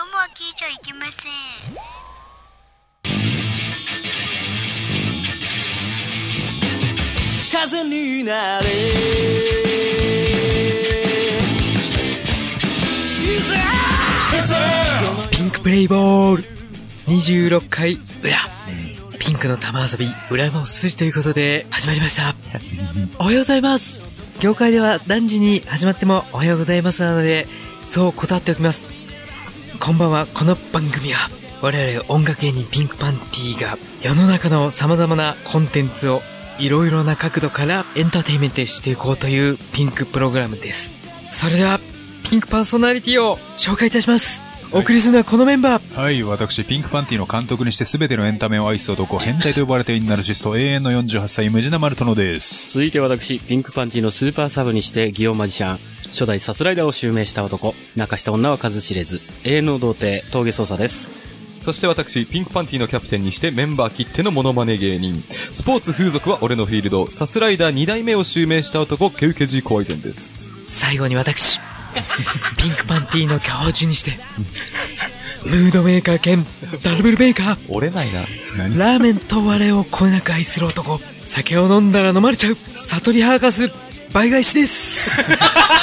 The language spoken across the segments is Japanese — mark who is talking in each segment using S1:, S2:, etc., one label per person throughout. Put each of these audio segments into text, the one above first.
S1: ゃいけません
S2: 風になれ
S3: ピンクプレイボール26回裏、ピンクの玉遊び裏の筋ということで始まりましたおはようございます業界では何時に始まってもおはようございますなのでそう断っておきますこんばんはこの番組は我々音楽芸人ピンクパンティが世の中の様々なコンテンツをいろいろな角度からエンターテインメントしていこうというピンクプログラムですそれではピンクパーソナリティを紹介いたしますお送りするのはこのメンバー、
S4: はい、私、ピンクパンティの監督にして全てのエンタメを愛す男、変態と呼ばれているナルシスト、永遠の48歳、ムジナマルトノです。
S5: 続いて私、ピンクパンティのスーパーサブにして、ギオンマジシャン、初代サスライダーを襲名した男、泣かした女は数知れず、永遠の童貞、峠捜査です。
S6: そして私、ピンクパンティのキャプテンにしてメンバー切ってのモノマネ芸人。スポーツ風俗は俺のフィールド、サスライダー2代目を襲名した男、ケウケジーコアイゼンです。
S3: 最後に私、ピンクパンティーの教授にして、ムードメーカー兼ダブルメーカー、
S6: 折れないな。
S3: ラーメンと我をこえなく愛する男、酒を飲んだら飲まれちゃう、悟りハーカス、倍返 しです。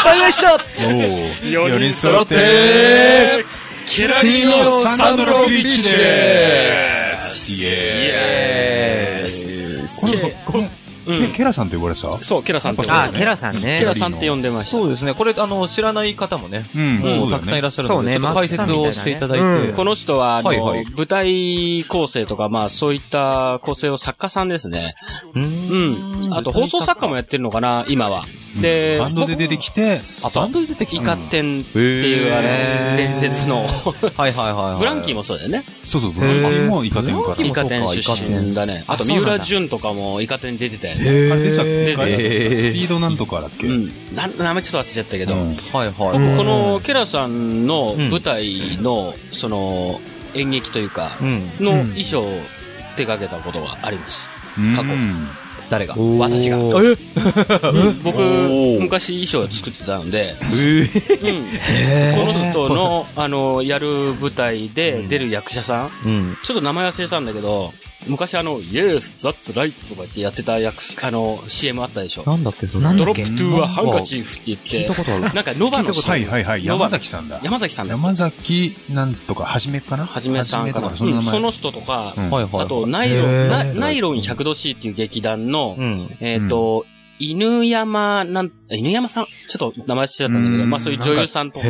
S3: 倍返しだ
S4: おー、4人揃って、
S3: ケラリーの
S4: サンドロビッチです
S6: イ
S5: え
S4: この
S5: ー、
S4: このケケラさんと呼ばれてた
S5: そう、ケラさんって呼んで
S3: あ
S5: ま
S3: あ、
S5: す
S3: ケラさん
S5: ケ
S3: ね。
S5: ラさんって呼んでました。
S6: そうですね。これ、あの、知らない方もね、
S4: うん
S6: も
S4: そううだよ
S6: たくさんい
S4: ね。
S6: らっしゃるので、
S3: そうね
S6: ちょっと解説をしていただい
S3: マスさんみたいな
S6: て。
S3: ねうん
S6: こ
S5: こ
S6: の
S5: の人は、あの、
S6: はいはい
S5: 舞台構成とか、まあ、そういった構成を作家さんですね。うん。あと、放送作家もやってるのかな、今は。で、
S4: バンドで出てきて、
S5: あ、バンドで出てきたイカ天っていう、あの、伝説 の、
S6: はいはいはい、はい。
S5: ブランキーもそうだよね。
S4: そうそう、ブランキーもイカ天から。
S5: イカ天
S6: そうか
S5: 出身だね。あと、三浦淳とかもイカ天出てたよね。
S4: あれ出たっけ
S5: ー
S4: スピードなんとかだっけ
S5: うん。な名前ちょっと忘れちゃったけど、
S4: うん
S6: はいはい。
S5: 僕このケラさんの舞台の、その、演劇というか、
S6: うん。
S5: の
S3: うん
S5: 衣装を手掛けたことがあります。
S4: うん
S5: 過去誰が
S3: おー
S5: 私が。
S3: え
S5: 僕
S6: おー、
S5: 昔衣装を作ってたので、
S6: えー
S5: うん
S3: へ
S5: この
S3: ー
S5: 人の、あの、やる舞台で出る役者さん、
S6: うん。
S5: ちょっと名前忘れたんだけど、昔あの、Yes, That's Right とか言ってやってた役、あの、CM あったでしょ。
S6: なんだっけ、それ
S3: なん
S5: ド
S3: だ
S5: ロ
S3: っ
S5: ッ
S3: け
S5: プトゥーハンカチーフって言って、
S6: 聞いたことある。
S5: なんか、ノバの人
S4: はいはいはい、
S5: ノ
S4: 山
S5: バ
S4: 崎さんだ。
S5: 山崎さんだ。
S4: 山崎なんとか、はじめかな
S5: はじめさんかな。
S4: はじ
S5: う
S4: めと
S5: ん、
S4: かそ
S5: そ
S4: の
S5: の人とか、
S4: 名前。
S6: はいはい。
S5: あと、ナイロ
S3: へ
S5: ン、ナ
S3: ー
S5: ナイロン 100°C っていう劇団の、
S6: うん。
S5: えっ、と、犬山なん、犬山さんちょっと名前忘れちゃったんだけ
S4: う
S5: ど、
S4: ん
S5: まあそういう女優さんとか、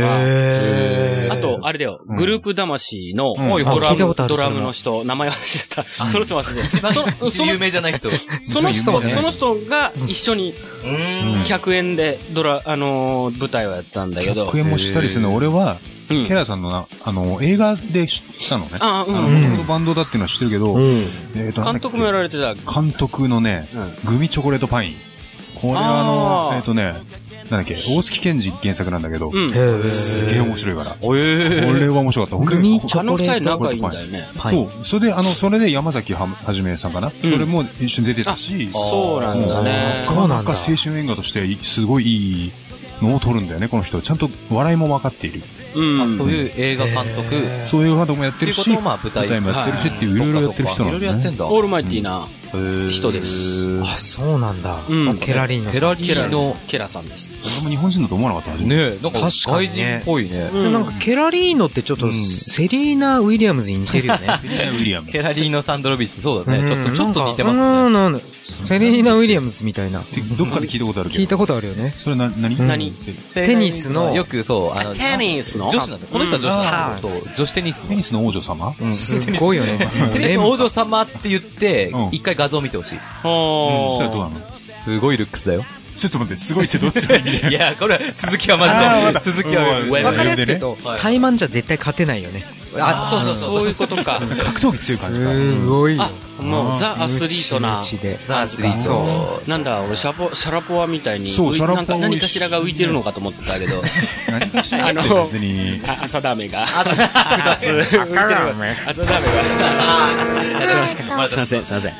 S3: へー
S5: あと、あれだよ、
S4: うん
S5: グループ魂の
S4: うん
S5: ド
S3: あ聞
S5: ラ
S3: いたこ
S5: ム、
S3: とある
S5: ドラ
S3: それ
S5: ム
S3: も
S5: の人、名前忘れた。その人忘れた。そその
S6: 有名じゃ ない人。
S5: その
S4: 有名
S5: 人、
S4: じゃない
S5: その人が一緒に
S4: うん
S5: 客演でドラ、あのー舞台をやったんだけど。
S4: 客演もしたりするの、俺は、
S5: うん
S4: ケラさんのな、あの、映画で知ったのね。
S5: ああ、
S4: あの、
S5: う
S4: も
S5: ん。
S4: ともとバンドだっていうのは知ってるけど、えーと
S5: 監督もやられてた。
S4: 監督のね、
S5: うん
S4: グミチョコレートパイン。これはあの
S5: あ、ー
S4: えっ、とね、なんだっけ、大月健二原作なんだけど、
S5: うん。
S3: へー
S4: すげえ面白いから。こ
S6: おえ
S4: れは面白かった。本当
S3: グミ
S4: に。
S3: チョ
S5: あの二人
S4: コレ
S5: 仲
S4: ー
S5: いいん
S4: トパ
S5: だ
S4: イ
S5: よ
S4: ン。
S5: ね。
S4: そう。それで、あの、それで山崎ははじめさんかな、それも一緒に出てたし、
S5: そうなんだね。
S3: そうなんだ
S4: か青春映画として、いすごいいいのを撮るんだよね、この人。ちゃんと笑いも分かっている。
S5: うん。
S6: そういう映画監督、っ
S4: そういう監督もやって
S6: てい
S4: る
S6: うこ
S4: し、
S6: ともまあ舞台
S4: もやってるしっていう、いろいろやってる人
S6: い
S4: な
S6: ろ
S4: の
S6: いろやって
S4: ね
S6: ん。だ。
S5: オールマイティーな人です。
S3: あ、そうなんだ。
S5: うん
S3: あケラリーノ
S6: ヘ
S3: さ
S6: ラ
S3: ん。
S6: リ
S5: ケラ
S6: ーの
S5: の、ケラさんです。
S4: 俺も日本人だと思わなかった、初め
S6: ねえ、なん
S3: 確
S6: か
S3: か
S6: 外
S3: に
S6: 人
S3: ね
S6: っぽいね。
S5: うん
S3: なんかケラリーノってちょっと
S6: ん
S3: セリーナ・ウィリアムズに似てるよね。
S4: ウィリアム。
S6: ヘラリーのサンドロビッチ、そうだ
S3: う
S6: ね。
S3: ん
S6: ちょっと、ちょっと似てます
S3: な
S6: ね。
S3: んかうんうんうんセリーナ・ウィリアムズみたいな。
S4: どっかで聞いたことあるけど。
S3: 聞いたことあるよね。
S4: それな、何
S5: 何
S3: テニスの
S6: よくそう、あの、
S5: テニスの
S6: 女子なんだ。この人は女子なんだけど
S3: う
S6: そう、女子テニス
S4: テ
S6: の
S4: ニ。スの王女様うん。
S3: すっごいよね。
S6: テニスの王女様って言って
S4: うん、
S6: 一回画像見てほしい。
S5: お
S4: それはどうな
S5: ー
S4: の
S6: すごいルックスだよ。
S4: ちょっと待って、すごいってどっちの意味
S6: い
S4: で。
S6: や、これ、続きはマジで。続きは
S4: う
S6: ウ
S4: ん
S6: ェブ
S3: わかりやすく言うと、対マンじゃ絶対勝てないよね。
S6: あ、そうそうそう。
S5: そういうことか。
S4: 格闘技強い感じか。
S3: すごいよ
S5: あ。、もう、ザ・アスリートな
S3: う。ちうちで
S6: ザ・アスリート。
S5: なんだ、俺、シャポ、シャラポワみたいに、
S4: そう
S5: 浮い
S4: シャラポワ
S5: なんか
S4: 美味しい
S5: 何かしらが浮いてるのかと思ってたけど、
S4: 何かしらって
S5: あの
S4: 別に。
S5: あ朝ダメが。二つ。浮いてる朝ダメが。すいません、すいません、すいません。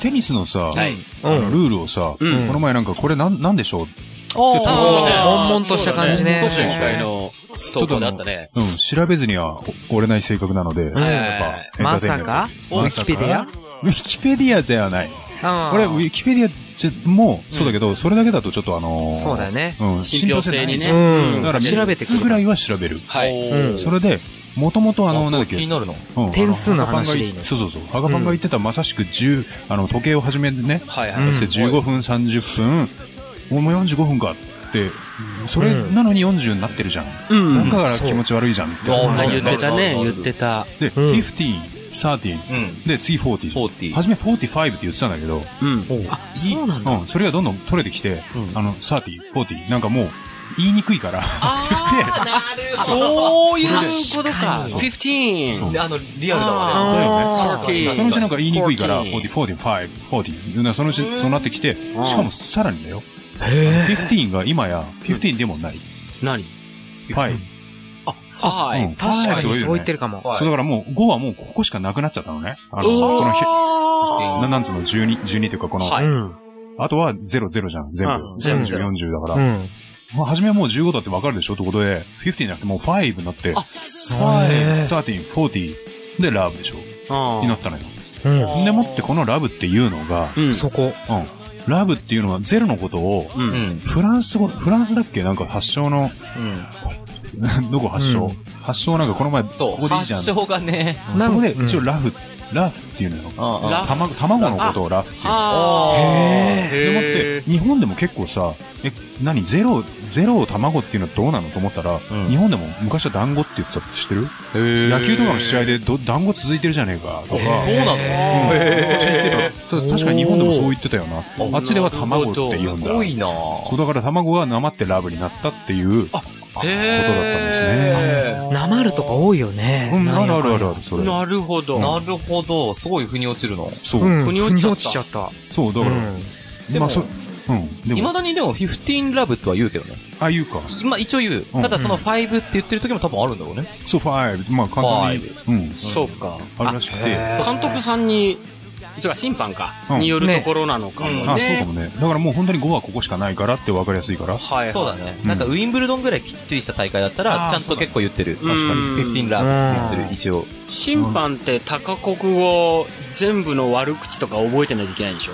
S4: テニスのさ、
S5: はい
S4: あのルールをさ、こ
S5: ん
S4: の前なんかこれなんなんでしょう
S6: お
S5: あー
S3: 悶々とした感じね
S5: そうだ今回の、投稿だったね。
S4: うん、調べずにはお折れない性格なので、
S5: はい
S4: やっぱ、
S3: まさかウィキペディア
S4: ウィキペディアじゃない。こ
S3: こ
S4: れ、ウィキペディアじゃ、もう、そうだけど、それだけだとちょっとあのー
S3: そうだよね。
S4: うん、
S5: 信憑性にね。
S3: う
S4: 信
S3: ん
S4: 憑性ない。だから、
S3: 調
S4: 調
S3: べ
S4: べ
S3: て
S4: て
S3: く
S4: く
S3: る
S4: る。ぐらいは調べる。
S5: はい。
S3: うん
S4: それで、もともとあの、なんだっけ
S6: 気に、なるな。
S4: うん
S3: 点数の話でいいの
S4: ハガパンがそうそうそう。ハガパンが言ってたまさしく10、あの、時計を始めるね。
S5: はいは
S3: う
S5: い
S3: ん。
S4: そして15分、30分、お前45分かって、それ
S3: うん
S4: なのに40になってるじゃん。
S5: うん
S4: だから気持ち悪いじゃんって
S6: そう
S5: あ
S4: 話
S5: 言ってたね、
S6: なるほ
S5: 言
S6: ど
S5: ってた。
S4: で、
S3: うん
S4: 50、30、
S6: うん。
S4: で、次40。
S6: 40
S4: 初め45って言ってたんだけど、
S5: うん。
S3: あ、そうなんだ。
S4: うん、それがどんどん取れてきて、あの、30、40、なんかもう、言いにくいから、って言って、
S5: そういうことか。
S3: 確
S6: う
S5: 15。
S6: ん。あの、リアルだわね。
S4: だよね
S3: あー
S5: 40
S4: そのうちなんか言いにくいから、
S5: 40
S4: 40、45、40。なそのうち、そうなってきて、しかもさらにだよ。
S3: へ
S4: 15が今や、15でもない。
S5: 何
S4: 5。
S5: あ、は
S4: う
S5: い
S4: ん。
S3: 確か
S4: 5
S3: に
S4: とい
S3: そう
S4: よ
S3: 言
S4: ね
S3: ってるかも。
S4: そうだからもう、5はもうここしかなくなっちゃったのね。あの、
S5: おー
S4: このひ、ななんつうの、12、12というかこの、
S5: は
S3: う
S5: い
S3: ん。
S4: あとは0、0じゃん、全
S5: うん
S4: 部。
S3: 全部
S4: 30、40だから。
S3: うん。
S4: まあ、初めはもう15だってわかるでしょってことで、15じゃなくてもう5になって、
S5: あ、
S4: 13、40でラブでしょになったのよ。
S3: う
S4: でもってこのラブっていうのが、
S5: うん
S3: ん。。そこ。
S4: うん。ラブっていうのはゼロのことを、
S5: う。
S6: うんん。
S4: フランス語、フランスだっけなんか発祥の、
S6: うん。
S4: どこ発祥、
S3: うん
S4: 発祥なんかこの前、
S6: そ
S4: こ
S6: う。
S4: こでいいじゃん。
S6: 発
S4: そ
S6: 祥がね。
S4: こで
S3: うん
S4: 一応ラフ、ラフっていうのよ。
S5: ラ
S4: 卵卵のことをラフっていう。
S5: あ
S3: へ
S5: ー。
S4: でもって、日本でも結構さ、え、何ゼロ、ゼロを卵っていうのはどうなのと思ったら、
S6: うん
S4: 日本でも昔は団子って言ってたって知ってる野球とかの試合でど団子続いてるじゃねえかとか、
S6: そうなの
S4: ただ確かに日本でもそう言ってたよな。あっちでは卵って言うんだ。
S6: 多いな
S4: そうだから卵が生ってラブになったっていうことだったんですね。
S3: なまるとか多いよね。
S4: うん、あるあるあ
S3: る。
S4: るある、それ。
S5: なるほど。
S6: なるほど。すごい腑に落ちるの。
S4: そう、
S3: うん。
S5: 腑
S3: 腑
S5: に
S3: に
S5: 落ちちゃった
S3: 落ちちゃった。
S4: そう、だ
S3: う
S4: から、
S3: ん。
S6: で
S4: ま
S6: も
S4: あ、そ、うん、で
S6: 未
S4: も、
S6: だにでも、15ラブとは言うけどね。
S4: あ、言うか。
S6: まあ一応言う。
S4: うん
S6: ただその5って言ってる時も多分あるんだろうね。
S4: そう、ファイブ。まあ、簡単に、うん、
S5: そうか。
S4: あるらしくて。
S3: あ
S5: 監督さんに、そうか、審判か、
S4: うん
S5: によるところなのかもね。
S6: ね
S4: あ、そうかもね。だからもう本当に5はここしかないからって分かりやすいから。
S5: はいはい。
S6: そうだね。
S4: うん
S6: なんかウィンブルドンぐらいきっちりした大会だったら、
S4: あー
S6: ちゃんと結構言ってる。
S5: そうだね
S6: 確かに。
S5: うん
S6: 15ラブって言ってる、一応。
S5: 審判って多カ国語全部の悪口とか覚えてないといけないんでしょ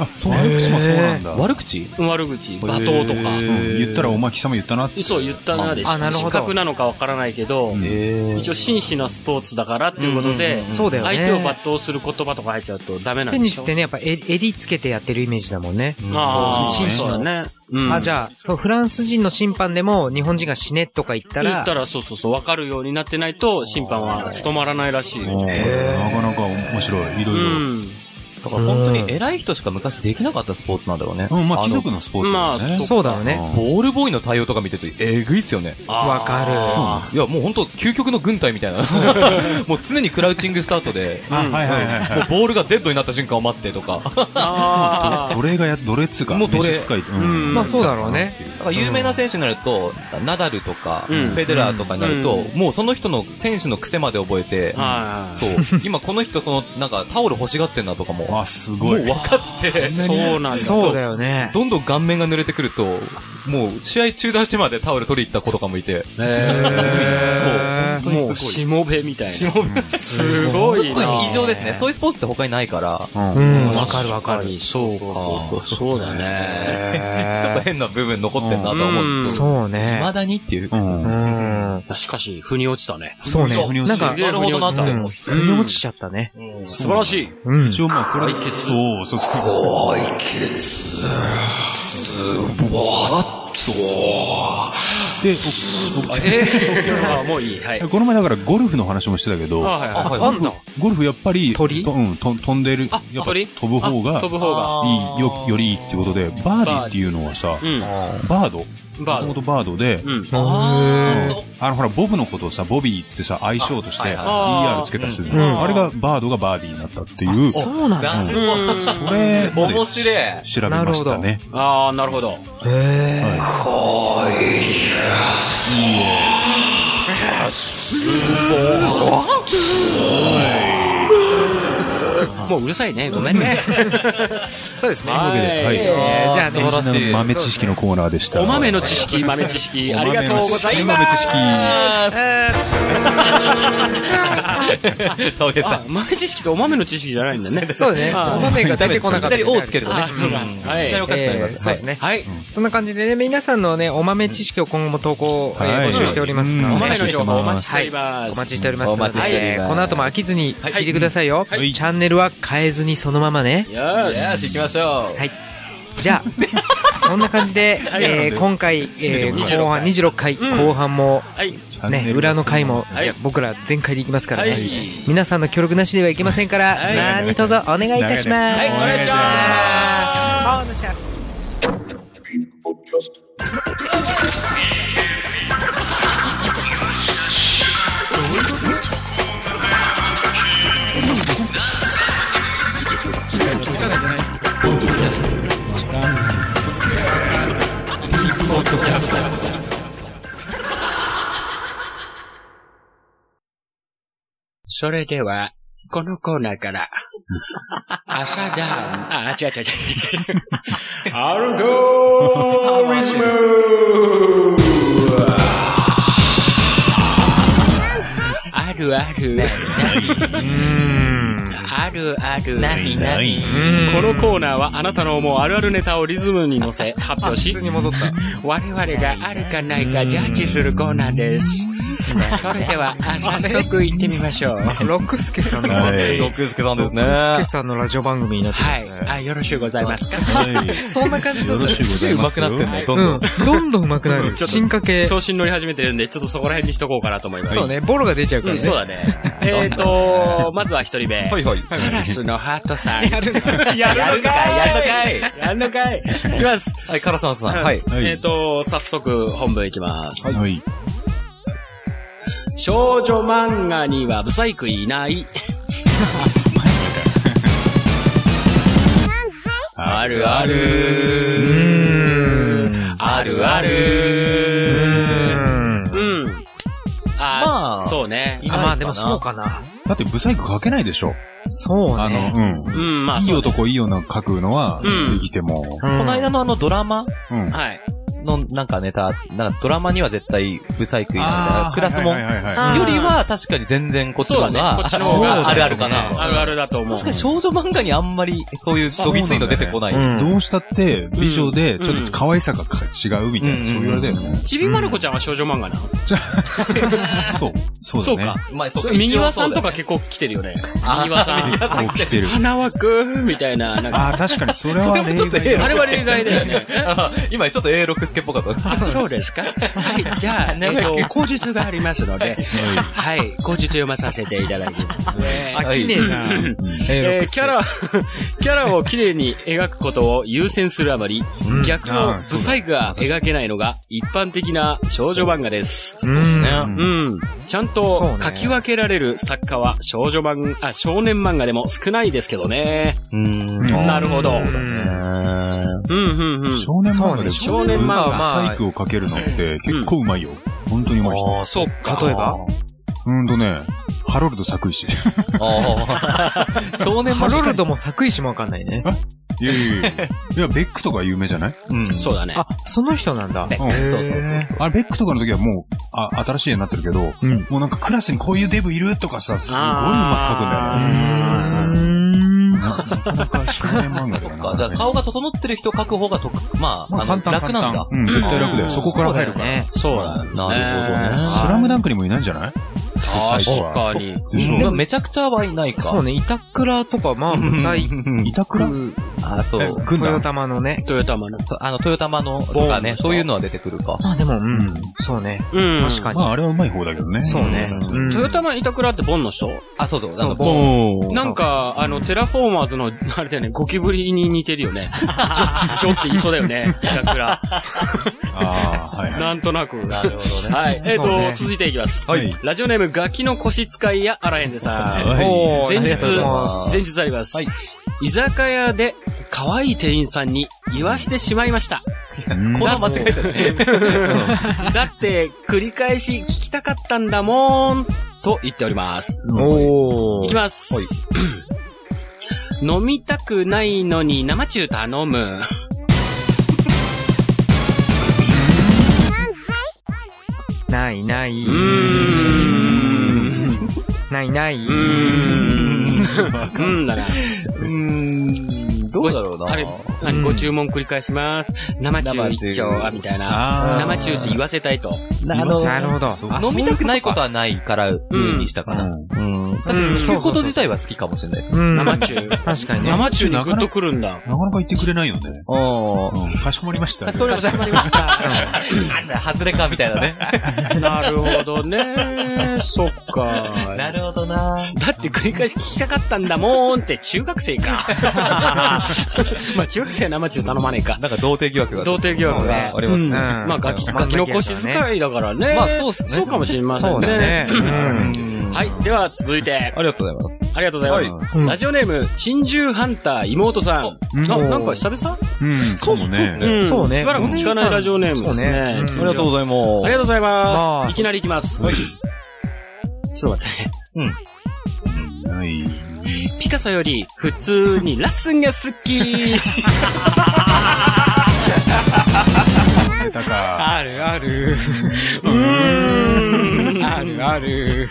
S4: あ、そう、悪口もそうなんだ。
S6: 悪口
S5: 悪口、罵倒と
S4: う
S5: か。
S4: ん、言ったらお前貴様言ったなって。
S5: そう言ったなでし
S3: あなるほ
S5: 失
S3: ど
S5: 格なのかわからないけど、
S4: うん
S5: 一応紳士なスポーツだからっていうことで、
S3: そうだよね。
S5: 相手を罵倒する言葉とか入っちゃうとダメなん
S3: テ
S5: で
S3: ニ
S5: し
S3: ス
S5: ょ
S3: ってね、やっぱえ襟つけてやってるイメージだもんね。
S5: ああ、
S3: そう
S5: そうだね。うん
S3: あ、じゃあ、そう、フランス人の審判でも日本人が死ねとか言った
S5: 言
S3: ら
S5: った、らそうそうそう、わかるようになってないと審判は務まらないらしい。
S4: おーなかなか面白い。いうろい
S5: ん。
S6: だから本当に偉い人しか昔できなかったスポーツなんだろうね。
S4: ろ。うん、まあ、貴
S6: あ
S4: 族のスポーツだよ
S5: まあ
S4: ね。
S3: そうだよ
S4: う
S3: ね。
S6: の
S4: ん
S6: ボールボーイの対応とか見てると、えぐいっすよね。
S5: あー
S3: わかる
S4: あ
S6: いや、もう本当究極の軍隊みたいな。 もう常にクラウチングスタートで、
S4: あ、はいはいはいはい。
S6: ボールがデッドになった瞬間を待ってとか。
S5: あー
S4: 奴隷がや、奴隷っつうか、
S6: もう奴隷
S4: 召使いって。
S5: うん
S3: まあそうだろうね。
S6: だから有名な選手になると、ナダルとか、フ
S5: うん
S6: ェデラーとかになると、
S5: う
S6: もうその人の選手の癖まで覚えて、
S5: はい
S6: そう、今この人この、なんかタオル欲しがってんなとかも、も
S4: あ、す
S6: う
S4: ごい。
S6: 分かって、
S5: そうなんだ。
S3: そうだよね。
S6: どんどん顔面が濡れてくると、もう試合中断してまでタオル取り行った子とかもいて、
S3: へー
S6: そう本当に
S5: も
S6: すご
S5: う、
S6: い
S5: しもべみたいな。
S6: 忍ぶ
S5: すごい
S6: ちょっと
S5: な。
S6: 異常ですね。そういうスポーツって他にないから、
S4: うん
S3: うん、わかるわかる。
S5: そうか。
S6: そうそう
S5: そうだね。
S6: ちょっと
S3: へ
S6: 変な部分残ってんなとは思うん
S5: う
S6: で
S5: ん
S3: ー
S6: すよ。
S3: そう
S6: 未
S3: ね。
S6: だにっていう
S3: う
S4: う。。
S3: んん。
S5: しかし、腑に落ちたね。
S3: そうね。
S6: そう
S3: なんか
S5: す、げえ
S6: なるほどなって
S5: 腑
S3: う
S5: に
S3: ん
S5: 落ちた
S3: 腑に落ちちゃったね。
S5: 素晴らしい。
S3: うん。
S4: 一応まあ、これ、
S5: 解決
S4: そう、そうそう。解決。すわっと。で、
S5: あもういい。はい。
S4: お この前だからゴルフの話もしてたけど、
S5: はいはい
S6: あ
S5: はい
S6: はい
S3: あんだ。
S4: ゴルフやっぱり、
S3: 鳥
S4: とうん、と飛んでる、
S5: あ
S4: やっぱ
S5: 鳥
S4: 飛ぶ方が
S5: あ飛ぶ方が。
S4: いい、よ、よりいいっていうことで、バーディーっていうのはさ
S5: う、ん。
S4: バード。
S5: バード。
S4: もとバードで、
S5: うん。
S6: あーそう
S4: あのほら、ボブのことをさ、ボビーっつってさ、愛称として、
S6: あはいはい
S4: ER つけたりするじゃん
S3: うん
S4: あれが、バードがバーディーになったっていう、そ
S3: そうなん
S6: な
S3: だ。
S6: るほど。
S4: れまで
S6: 面白い。
S4: 調べましたね。
S5: ああ、なるほど。
S3: へー
S4: あ
S5: もううるさいね。ごめんね。
S3: そうですね。
S5: はい
S4: はい
S3: えーじゃあ
S6: 素晴ら
S3: ね、
S6: しい
S4: 豆知識のコーナーでした。
S5: お豆の知識、豆知識、
S4: お
S5: あ
S4: 豆
S5: り
S4: の
S5: がとうございます。
S4: 知識豆
S6: 峠さん。
S5: あ、豆知識とお豆の知識じゃないんだね。
S3: そうですね。
S5: あー
S3: お豆が出てこなかった。
S6: いきなり「お」つけるとね。
S5: あそうなんだはい
S6: きなりおかしくなります。
S3: えーそうですね。
S5: はい。
S3: そんな感じでね、皆さんのね、お豆知識を今後も投稿、えー
S4: はい
S3: 募集しておりますので。
S4: うん
S5: お豆の情報お待ちし
S3: は
S5: て
S3: い
S5: います。
S3: お待ちしております
S6: お
S3: の
S6: 待ちしており
S3: で、
S6: ます
S3: この後も飽きずに聞いてくださいよ。チ
S4: い
S3: ャンネルは変えずにそのままね。
S5: よ
S6: よし、
S5: し。
S6: 行きましょう。
S3: はい。じゃあ、そんな感 じで、えー今回、えー後半、26回、後半も、
S5: はい。
S4: 知識
S3: ね、裏の回も
S5: い、
S3: 僕ら全開でいきますから
S5: は
S3: ね
S5: い。
S3: 皆さんの協力なしではいけませんから、何卒お願いいたします。
S5: はい、お願いします。それでは、このコーナーから、朝ダウン、あ、違う違う違う。アルゴリズムあるある。あるある。
S4: ない。
S5: このコーナーはあなたの思うあるあるネタをリズムに乗せ発表し、
S3: 戻った。
S5: 我々があるかないかジャッジするコーナーです。それでは、あ早速行ってみましょう。
S3: ロクスケさんの、
S4: は
S3: ロ
S4: い。
S6: 六助さんですね。
S3: クスケさんのラジオ番組になってま
S5: は
S3: す
S5: い
S3: ね。。
S5: あ、よろしゅうございますか。
S3: そんな感じだ
S4: よ
S3: った
S4: ろしゅうございます。
S6: うまくなって
S4: ね。
S6: んね、どんど
S3: うんん。。どんどん上手くな
S5: ちょ
S3: る。
S5: っと
S3: 進化系。
S5: 調子に乗り始めてるんで、ちょっとそこら辺にしとこうかなと思います。
S3: そうね、ボロが出ちゃうか
S5: う
S3: ら
S5: ん、
S3: ね。
S5: そうだね。 えっと、まずは一人目。
S6: はいはい。
S5: カラスのハートさん。やる
S6: やるかいやるのかい
S5: やんのかい。いきます。
S6: はい、カラスマンさん。はい。
S4: はい
S5: えっと、早速本文いきます。
S4: はい。
S5: 少女漫画にはブサイクいない。あるある。あるある。うん。
S6: ま
S5: あ
S6: あ
S5: あ、そうね。
S3: あまあでもそうかな。
S4: だって、ブサイク書けないでしょ。
S3: そう
S4: あ
S3: ね。
S4: の、うん。
S5: うん、まあ、
S4: いい
S5: そう。
S4: 男、いい女書くのは、
S5: うん
S4: できても。
S3: うん
S6: この間のあのドラマ
S4: うん。
S5: はい。
S6: のなんかネタ、なんかドラマには絶対不細工いな
S4: あー
S6: クラスもん
S4: はい
S6: よ
S4: はいはいはい
S6: りは確かに全然こっちの
S5: そ
S6: 方が、
S5: うだねこっちの方が
S6: あるあるかな。
S5: あるあるだと思う。
S6: 確かに少女漫画にあんまりそういうそぎついの出てこない。
S3: うん
S4: どうしたって、美女で、
S5: うん
S4: ちょっと可愛さが違うみたいな、
S6: うん
S4: そう言われたよ ね。
S5: ちびまる子ちゃんは少女漫画なの、
S4: そう。そう
S5: そう
S4: だね
S5: か。。
S6: まあ、
S5: そうミニワさんと
S6: か。
S5: か結構来てるよね。ミニワさん。
S4: 結構来てる。
S5: 花輪くんみたいな、なんか。
S4: ああ、確かに、それは
S6: それもちょっと
S4: 例
S6: え
S4: 外
S5: あれは例外だよね。
S6: あ今ちょっと A6 スケっぽかったです。
S5: あ、そうですかはい。じゃあ、えっと、口述がありますので、はい。口述読まさせていただきます。
S3: あ、綺麗な。
S5: えーキャ ラ、キャラを綺麗に描くことを優先するあまり、逆のブサイクが描けないのが一般的な少女漫画です。
S3: うん。
S5: うん。ちゃん
S3: そう
S5: と
S3: ね
S5: 書き分けられる作家は少女漫画、あ、少年漫画でも少ないですけどね。
S6: うん。
S5: なるほど。うん、うん、うん。
S4: 少年漫画で、
S5: そうね少年漫画
S4: ブサイクをかけるのって結構うまいよ。本当にうまい人。
S5: そっか。
S3: 例えば
S4: うーんとね、ハロルド作石。
S6: あー少年
S3: ハ
S6: も
S3: ロルドも作石もわかんないね。
S4: いやいやいや。いや、ベックとか有名じゃない
S6: うん。
S5: そうだね。
S3: あ、その人なんだ。
S4: うん
S6: そうそう。
S4: あれ、ベックとかの時はもう、あ、新しい絵になってるけど、
S3: うん
S4: もうなんかクラスにこういうデブいるとかさ、すごいうま
S3: うん。
S4: く描くんだよね。ななかなか少年漫画 だよな。
S6: じゃあ顔が整ってる人描く方が得、まあ、
S4: ま
S6: あ
S4: あ
S6: の
S4: 簡単
S6: 楽なん
S4: 簡
S6: だ
S4: 単。うん、絶対楽だ
S5: う
S4: よ。
S5: ん
S4: そこから入るから。
S5: そうだね。
S6: なるほどね
S4: スラムダンクにもいないんじゃな
S5: あ
S4: い最初
S5: ー
S4: は
S5: 確かに。
S4: でし
S6: で
S4: ょ
S6: もめちゃくちゃはいないか。
S3: そうね、板倉とか、まあ、ブサイク、
S4: 板倉
S6: あ、そ
S4: え
S6: う。
S4: 軍団
S3: 豊玉のね。
S5: トヨタマの。
S6: そうあの、豊玉のとかね、そういうのは出てくるか。
S3: まあでも、うん、そうね。
S5: うん。
S3: 確か
S4: まあ、
S3: に。
S4: あれはうまい方だけどね。
S3: そうね。
S6: う
S3: うん
S5: トヨタマ板倉ってボンの人
S6: あ、そうそう。なんか、
S3: ボ
S5: なんか、あの、テラフォーマーズの、あれだよね、ゴキブリに似てるよね。ジョ、ジョって言いそうだよね、板倉。
S4: ああ、はいはい。
S5: なんとなく。
S6: なるほどね。
S5: はい。えっ、
S3: そうね
S5: と、続いていきます。
S4: はい
S5: ラジオネーム、ガキの腰使いや、あらへんでさん。
S4: はい
S3: お
S5: 前
S3: ー
S5: 日
S3: ありがとうございます
S5: 前日あります。
S6: はい
S5: 居酒屋で、可愛い店員さんに言わしてしまいました。
S6: こんな間違えてるね。
S5: だって、繰り返し聞きたかったんだもん、と言っております。
S3: お
S5: いき
S3: ー。
S5: ます。 飲みたくないのに生中頼む。
S3: ないないう
S5: ーん。
S3: ないないう
S5: ーん。うんだな。
S1: うん、どうだろうな。
S5: あれ、何ご注文繰り返します。生中一丁、あ、みたいな。
S4: あー
S5: 生中って言わせたいと。
S1: なあの
S3: なるほど。
S4: そう
S1: 飲みたくないことはないから、うんにしたかな。うん。だって、
S5: うん
S1: 聞くこと自体は好きかもしれない。
S3: うん。
S5: 生中。
S3: 確かにね。
S5: 生中にグッとくるん だ。
S4: なかなか言ってくれないよね。
S1: お
S4: うん。かしこまりました。
S1: かしこまりました。かしこまりました。なんだ、外れか、みたいなね。
S5: なるほどね。そっか。
S1: なるほどな
S5: だって繰り返し聞きたかったんだもんって中学生か。 まあ中学生は生中頼まねえか。
S1: なんか童貞疑惑が。
S5: 童貞疑惑
S1: そ
S5: ね
S1: うねありますね
S5: うん
S3: うん
S5: まあガキ、ガキの腰使いだからね。
S1: まあそうっすね
S5: そうかもしれません
S3: そうだね
S5: ね。。
S3: うん。
S5: はい。では続いて、
S1: ありがとうございます。
S5: ありがとうございます。ラジオネーム、珍獣ハンター妹さん。な、なんか久々
S4: うん、かもね。
S5: ん
S3: そうね
S5: しばらく聞かないラジオネームですね。
S3: そうねうん
S5: 珍
S1: あり
S5: 獣
S1: がとうございます。
S5: ありがとうござい
S3: ま
S5: ますす。いきなり行きます。ちょっと待ってね。
S4: ない。
S5: ピカソより普通にラッスンが好 き。
S4: 出たか。
S3: あるある。あるある。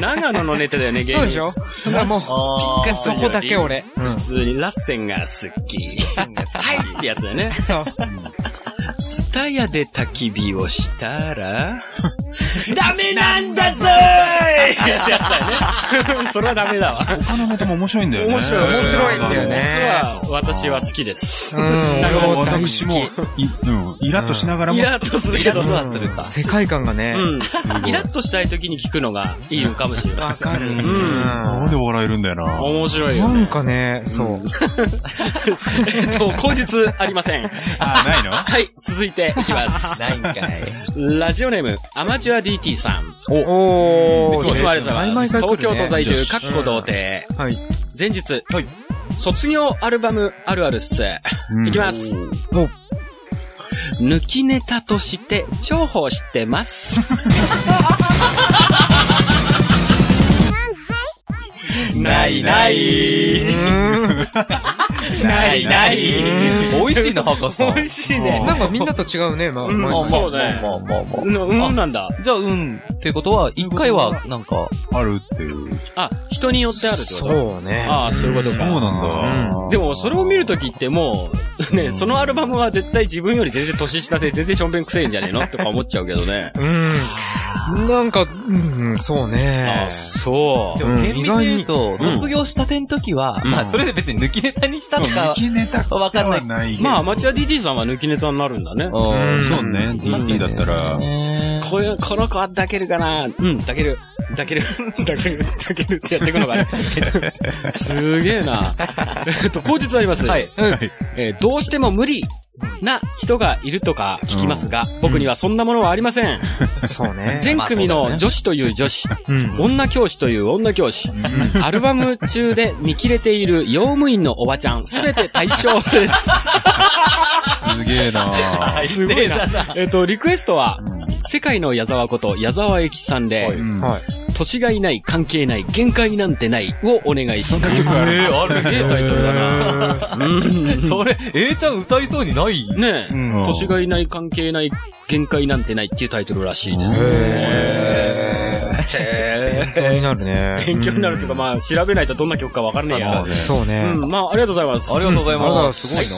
S5: 長野のネタだよね、芸人
S3: そうでしょだからもう、
S1: あー
S3: そこだけ俺。
S5: 普通にラッセンが好き。はいってやつだよね。
S3: そう。
S5: ツタヤで焚き火をしたら、ダメなんだぞーいってやつだよね。 それはダメだわ。
S4: 他のネタも面白いんだよね。
S5: 面白い面
S3: 白いんだよね
S5: 実は私は好きです。
S3: うん、
S5: な
S3: 俺
S5: る
S4: うん
S3: も大
S4: 私も
S3: 好、
S4: いうん、イラッとしながら
S5: イ
S4: も、
S5: ラッとするけど、
S1: はするか
S3: き。。世界観がね、
S5: うん。イラッとしたい時に聞くのがいいのかもしれま
S3: わ
S5: せん。
S3: かる。
S5: う
S4: なん
S3: ん。
S4: で笑えるんだよな。
S5: 面白いよ
S3: な
S5: ね
S3: ん。かね、そう。
S5: えっと、口実ありません。
S4: あ、ないの
S5: はい、続いていきます。
S1: ないんかい。
S5: ラジオネーム、アマチュア DT さん。
S3: お
S5: いつもありがとうございます。
S3: 毎回来るね
S5: 東京都在住、かっこ童貞。
S3: はい。
S5: 前日、卒業アルバムあるあるっす。いきます。
S3: お
S5: 抜きネタとして、重宝してます。
S1: ないない。ないない。美味しいな、博士さん。 美味しいね。
S3: なんかみんなと違うね、まあ、
S5: ん
S3: 毎
S1: まあま
S3: 回
S1: あ
S5: そうね
S1: まあまあまあ
S5: うん、うんなんだ。
S1: じゃあ、うん。っていうことは、一回は、なんか、
S4: あるっていう。
S5: あ、人によってあるってこと
S3: そうね。。
S5: ああ、そういうこと
S4: そう
S5: か。
S4: なんだ。
S5: でも、それを見るときってもう、ね、そのアルバムは絶対自分より全然年下で全然しょんべんくせえんじゃねえのとか思っちゃうけどね
S3: うん。なんか、うん、そうね
S5: あ。そ
S1: で
S5: う。
S1: も厳密に言うと、
S5: 外に
S1: 卒業したてん時は、まあ、それで別に抜きネタにした
S4: そう、
S1: の
S4: 抜
S1: か、
S4: きネタ
S1: わかんない
S4: ではないけど。
S5: まあ、アマチュア DT さんは抜きネタになるんだね。
S1: うん
S3: ん
S4: そうね、DT だったら、
S5: こういうこの子は抱けるかなうん、抱ける。抱ける。 抱ける。抱けるってやっていくのがね。すげえな。えっと、口実あります。
S1: はい
S5: うん
S4: はい
S5: えーどうしても無理な人がいるとか聞きますが、僕にはそんなものはありません。
S3: そうね。
S5: 全組
S1: まあそうだ
S5: の
S1: ね
S5: 女子という女子、
S3: うん
S5: 女教師という女教師、アルバム中で見切れている用務員のおばちゃん、すべて対象です。
S4: すげえな
S5: すごいな。えっと、リクエストは、世界の矢沢こと矢沢駅さんで、
S4: うん
S3: はい。
S5: 年がいない、関係ない、限界なんてないをお願いします。すげえ、タイトルだな。うん
S1: それ、A ちゃん歌いそうにない
S5: ねえ、
S4: ん
S5: 年がいない、関係ない、限界なんてないっていうタイトルらしいです。
S3: 勉強になるね。
S5: 勉強になるというか、まあ、調べないとどんな曲かわからねえや。
S3: そう
S5: う
S3: ね。
S5: ん、まあ、ありがとうございます。
S1: ありがとうござい
S3: ありがとうございま
S1: ますす。
S4: です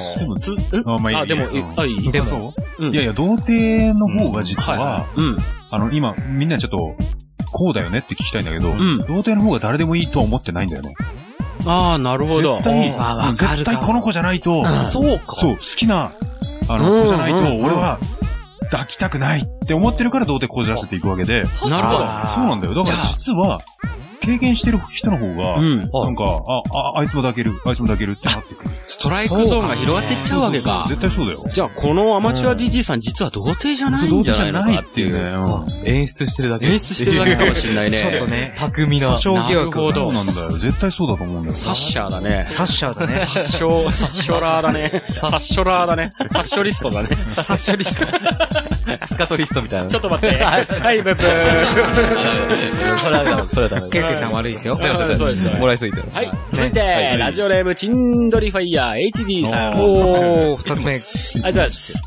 S1: ごいな。
S4: も、
S5: つ
S4: あまあいい
S5: あ、
S4: や
S5: でも、い
S4: うん
S5: あ、いい。
S3: でも
S4: そう
S5: うん
S4: いやいや、童貞の方が実は、
S5: い。うん。
S4: あの、今、みんなちょっと、こうだよねって聞きたいんだけど、
S5: ん
S4: 童貞の方が誰でもいいとは思ってないんだよね。
S5: ああ、なるほど
S4: 絶。
S5: あー
S4: 対、うん
S5: わかるか
S4: 絶対この子じゃないと、
S1: そうか。
S4: そう、好きな、あの、子じゃないと、俺は、抱きたくないって思ってるから童貞こじらせていくわけで、
S1: 確か
S3: あー
S4: そうなんだよ。だから実は、経験してる人の方が、
S5: うん。
S4: なんか、あ、あ、あいつも抱ける、あいつも抱けるってなってくる。
S5: ストライクゾーンが広がっていっちゃうわけか。
S4: 絶対そうだよ。
S5: じゃあ、このアマチュア DT さん、実は童貞じゃないんじゃないのかっていう。
S4: ね。うん
S1: に。演出してるだけ。
S5: 演出してるだけかもしれないね。
S3: ちょっとね、
S1: 巧みな。
S3: 衝疑惑。
S5: なるほ
S4: そう
S5: ど
S4: なんだよ。絶対そうだと思うんだよ。
S5: サッシャーだね。
S3: サッシャーだね。
S5: 殺傷、殺傷ラーだね。殺傷ラーだね。殺傷リストだね。殺傷リスト。
S1: スカトリストみたいな。
S5: ちょっと待って。はい、ブーブー。
S1: それはダメ、それはダメ。
S2: ケンケンさん悪いですよ。
S1: すいません、
S5: そうですね
S1: もらいすぎて。
S5: はい、続いて、ラジオネーム、チンドリファイヤー HD さん。ありがとう
S2: おー、二つ目。
S5: ございます。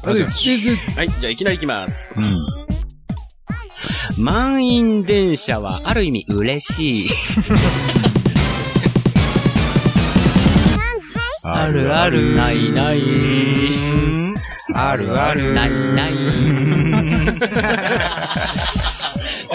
S5: はい、じゃあいきなりいきます。
S1: うん。
S5: 満員電車はある意味嬉 しい。
S4: あ
S2: るある
S5: ないない。
S2: あるある。
S5: ない ない。